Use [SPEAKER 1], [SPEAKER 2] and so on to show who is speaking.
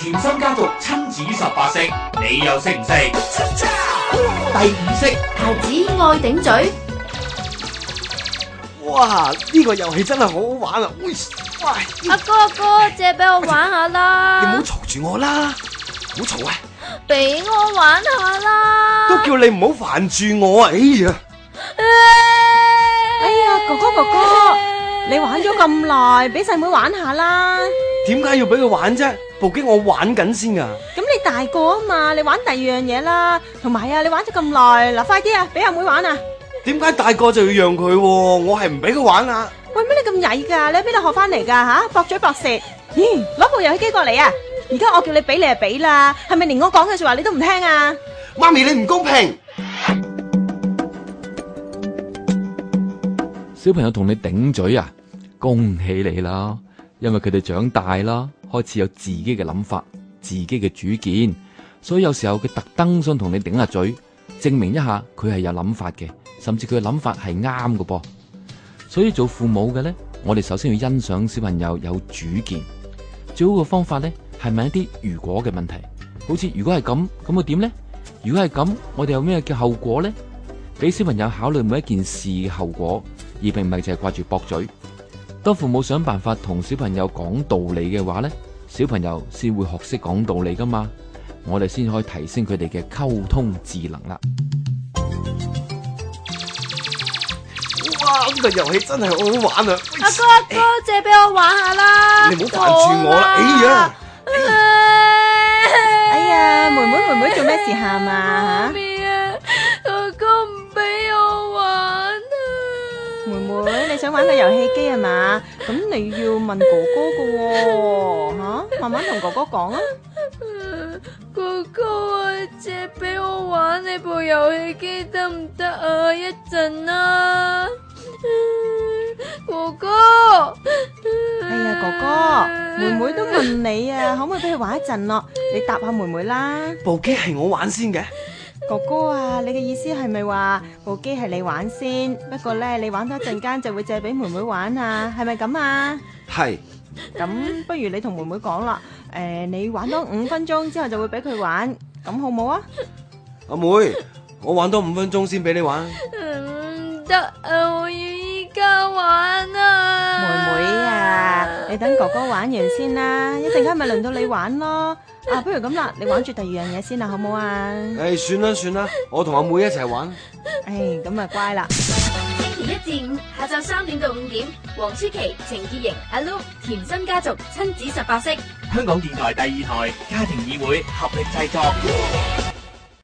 [SPEAKER 1] 甜心家族親子十八式，你又識唔識？第二式，
[SPEAKER 2] 孩子愛頂嘴，
[SPEAKER 3] 哇！呢個遊戲真係好好玩啊！喂，喂，
[SPEAKER 4] 阿哥阿哥，借俾我玩下
[SPEAKER 3] 你唔好
[SPEAKER 4] 啦，
[SPEAKER 3] 嘈住我啦，唔好嘈啊！
[SPEAKER 4] 俾我玩下啦。
[SPEAKER 3] 都叫你唔好煩住我啊！哎呀，
[SPEAKER 4] 哎
[SPEAKER 5] 哎呀哥哥哥哥你玩咗咁耐，俾細妹玩下啦。
[SPEAKER 3] 點解要俾佢玩啫？部機我玩緊先啊噶。
[SPEAKER 5] 咁你大個啊嘛，你玩第二樣嘢啦。同埋啊，你玩咗咁耐，嗱快啲啊，俾阿妹玩啊！
[SPEAKER 3] 點解大個就要讓佢喎？我係唔俾佢玩啊！
[SPEAKER 5] 喂，乜你咁曳噶？你喺邊度學翻嚟噶吓？駁嘴駁舌，咦，攞部遊戲機過嚟啊！而家我叫你俾你就俾啦，係咪連我講嘅說話你都唔聽啊？
[SPEAKER 3] 媽咪你唔公平。
[SPEAKER 6] 小朋友同你頂嘴啊，恭喜你啦！因為佢哋長大啦，開始有自己嘅諗法、自己嘅主見，所以有時候佢特登想同你頂下嘴，證明一下佢係有諗法嘅，甚至佢嘅諗法係啱嘅噃。所以做父母嘅呢，我哋首先要欣賞小朋友有主見。最好嘅方法呢，係問一啲如果嘅問題，好似如果係咁，咁會點呢？如果係咁，我哋有咩嘅後果呢？俾小朋友考慮每一件事嘅後果，而並唔係淨係掛住駁嘴。當父母想辦法同小朋友講道理嘅話呢，小朋友先會學識講道理噶嘛，我哋先可以提升佢哋嘅溝通智能啦。
[SPEAKER 3] 哇！呢個遊戲真係好好玩啊！
[SPEAKER 4] 阿哥阿哥，借俾我玩下啦。
[SPEAKER 3] 你唔好煩住我啦！
[SPEAKER 4] 啊
[SPEAKER 3] 哎呀，
[SPEAKER 5] 哎
[SPEAKER 4] 哎
[SPEAKER 5] 呀，妹妹妹妹做咩事喊啊
[SPEAKER 4] 咩啊？哥哥唔俾我玩啊！
[SPEAKER 5] 妹妹，你想玩個遊戲機係嘛？咁你要問哥哥噶喎、吓慢慢同哥哥講啊。
[SPEAKER 4] 哥哥啊，借俾我玩你部遊戲機得唔得啊？一陣啊，哥哥。
[SPEAKER 5] 哎呀，哥哥，妹妹都問你啊，可唔可以俾佢玩一陣咯？你答下妹妹啦。
[SPEAKER 3] 部機係我玩先嘅。
[SPEAKER 5] 哥哥啊，你嘅意思係咪話部機係你玩先？不過呢，你玩多一陣間就會借俾妹妹玩啊？係咪咁啊？
[SPEAKER 3] 係
[SPEAKER 5] 咁不如你同妹妹講啦，誒、你玩多五分鐘之後就會俾佢玩，咁好冇啊？
[SPEAKER 3] 阿妹，我玩多五分鐘先俾你玩。
[SPEAKER 4] 唔得啊！我要依家玩
[SPEAKER 5] 妹
[SPEAKER 4] 啊！
[SPEAKER 5] 妹啊，你等哥哥玩完先啦，一陣間咪輪到你玩咯。啊，不如咁啦，你玩住第二樣嘢先啦，好冇啊？
[SPEAKER 3] 唉，哎算啦算啦，我同阿妹一齊玩。
[SPEAKER 5] 唉，咁啊乖啦。
[SPEAKER 2] 星期一至五下晝三點到五點，黃舒淇、程潔瑩、阿 Lu 甜心家族親子十八式。
[SPEAKER 1] 香港電台第二台家庭議會合力製作。